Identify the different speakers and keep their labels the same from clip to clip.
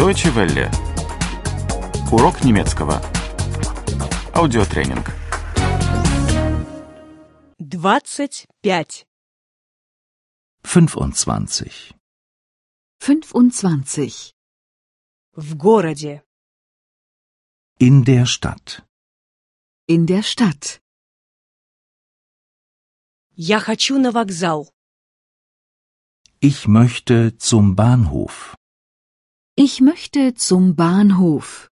Speaker 1: Deutsche Welle. Урок немецкого. Аудиотренинг.
Speaker 2: 25.
Speaker 3: 25.
Speaker 4: 25.
Speaker 2: В городе.
Speaker 3: In der Stadt.
Speaker 4: In der Stadt.
Speaker 2: Я хочу на вокзал.
Speaker 3: Ich möchte zum Bahnhof.
Speaker 4: Ich möchte zum Bahnhof.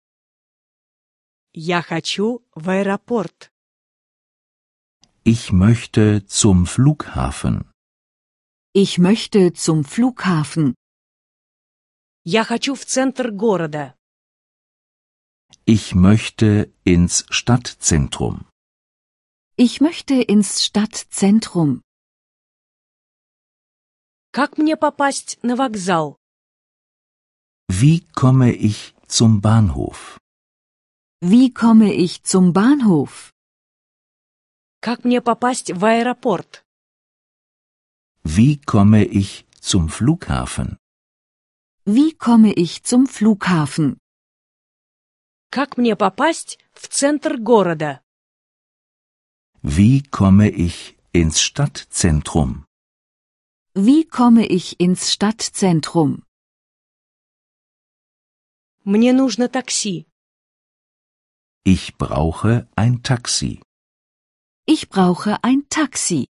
Speaker 2: Я хочу в аэропорт.
Speaker 3: Ich möchte zum Flughafen.
Speaker 4: Ich möchte zum Flughafen.
Speaker 2: Я хочу в центр города.
Speaker 3: Ich möchte ins Stadtzentrum.
Speaker 4: Ich möchte ins Stadtzentrum.
Speaker 2: Как мне попасть на вокзал?
Speaker 3: Wie komme ich zum Bahnhof?
Speaker 4: Wie komme ich zum Bahnhof?
Speaker 2: Как мне попасть в аэропорт?
Speaker 3: Wie komme ich zum Flughafen?
Speaker 4: Wie komme ich zum Flughafen?
Speaker 2: Как мне попасть в центр города?
Speaker 3: Wie komme ich ins Stadtzentrum?
Speaker 4: Wie komme ich ins Stadtzentrum?
Speaker 2: Мне нужно такси.
Speaker 3: Ich brauche ein Taxi.
Speaker 4: Ich brauche ein Taxi.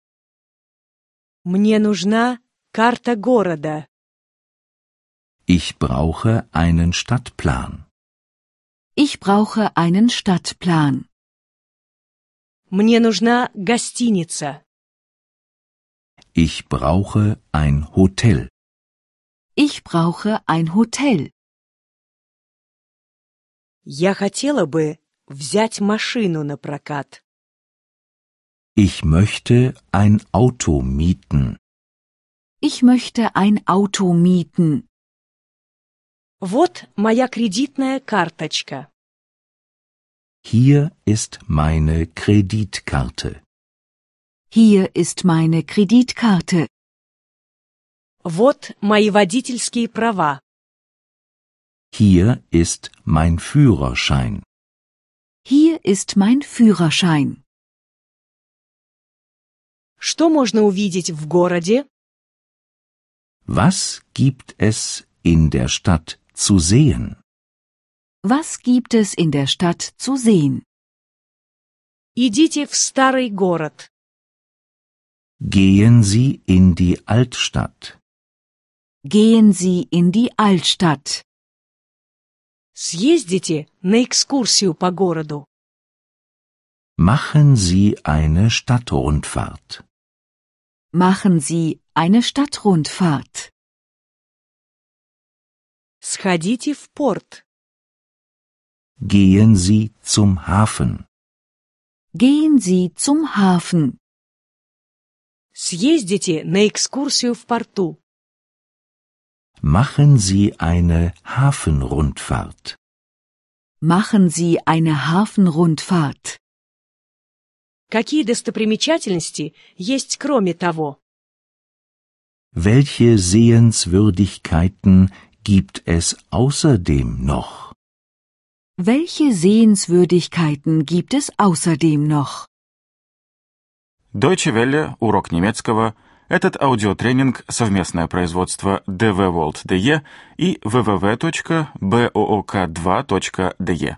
Speaker 2: Мне нужна карта города.
Speaker 3: Ich brauche einen Stadtplan.
Speaker 4: Ich brauche einen Stadtplan.
Speaker 2: Мне нужна гостиница.
Speaker 3: Ich brauche ein Hotel.
Speaker 4: Ich brauche ein Hotel.
Speaker 2: Я хотела бы взять машину на прокат.
Speaker 3: Ich möchte ein Auto mieten.
Speaker 4: Ich möchte ein Auto mieten.
Speaker 2: Вот моя кредитная карточка.
Speaker 3: Hier ist meine Kreditkarte.
Speaker 4: Hier ist meine Kreditkarte.
Speaker 2: Вот мои водительские права.
Speaker 3: Hier ist mein Führerschein.
Speaker 4: Hier ist mein Führerschein.
Speaker 2: Что можно увидеть в городе?
Speaker 3: Was gibt es in der Stadt zu sehen?
Speaker 4: Was gibt es in der Stadt zu sehen?
Speaker 2: Идите в старый город.
Speaker 3: Gehen Sie in die Altstadt.
Speaker 4: Gehen Sie in die Altstadt.
Speaker 2: Съездите на экскурсию по городу.
Speaker 3: Machen Sie eine Stadtrundfahrt.
Speaker 4: Machen Sie eine Stadtrundfahrt.
Speaker 2: Сходите в порт.
Speaker 3: Gehen Sie zum Hafen.
Speaker 4: Gehen Sie zum Hafen.
Speaker 2: Съездите на экскурсию в порту.
Speaker 3: Machen Sie eine Hafenrundfahrt.
Speaker 4: Machen Sie eine Hafenrundfahrt.
Speaker 2: Какие достопримечательности есть кроме того?
Speaker 3: Welche Sehenswürdigkeiten gibt es außerdem noch?
Speaker 4: Welche Sehenswürdigkeiten gibt es außerdem noch?
Speaker 1: Deutsche Welle. Урок немецкого. Этот аудиотренинг – совместное производство DW World DE и www.book2.de.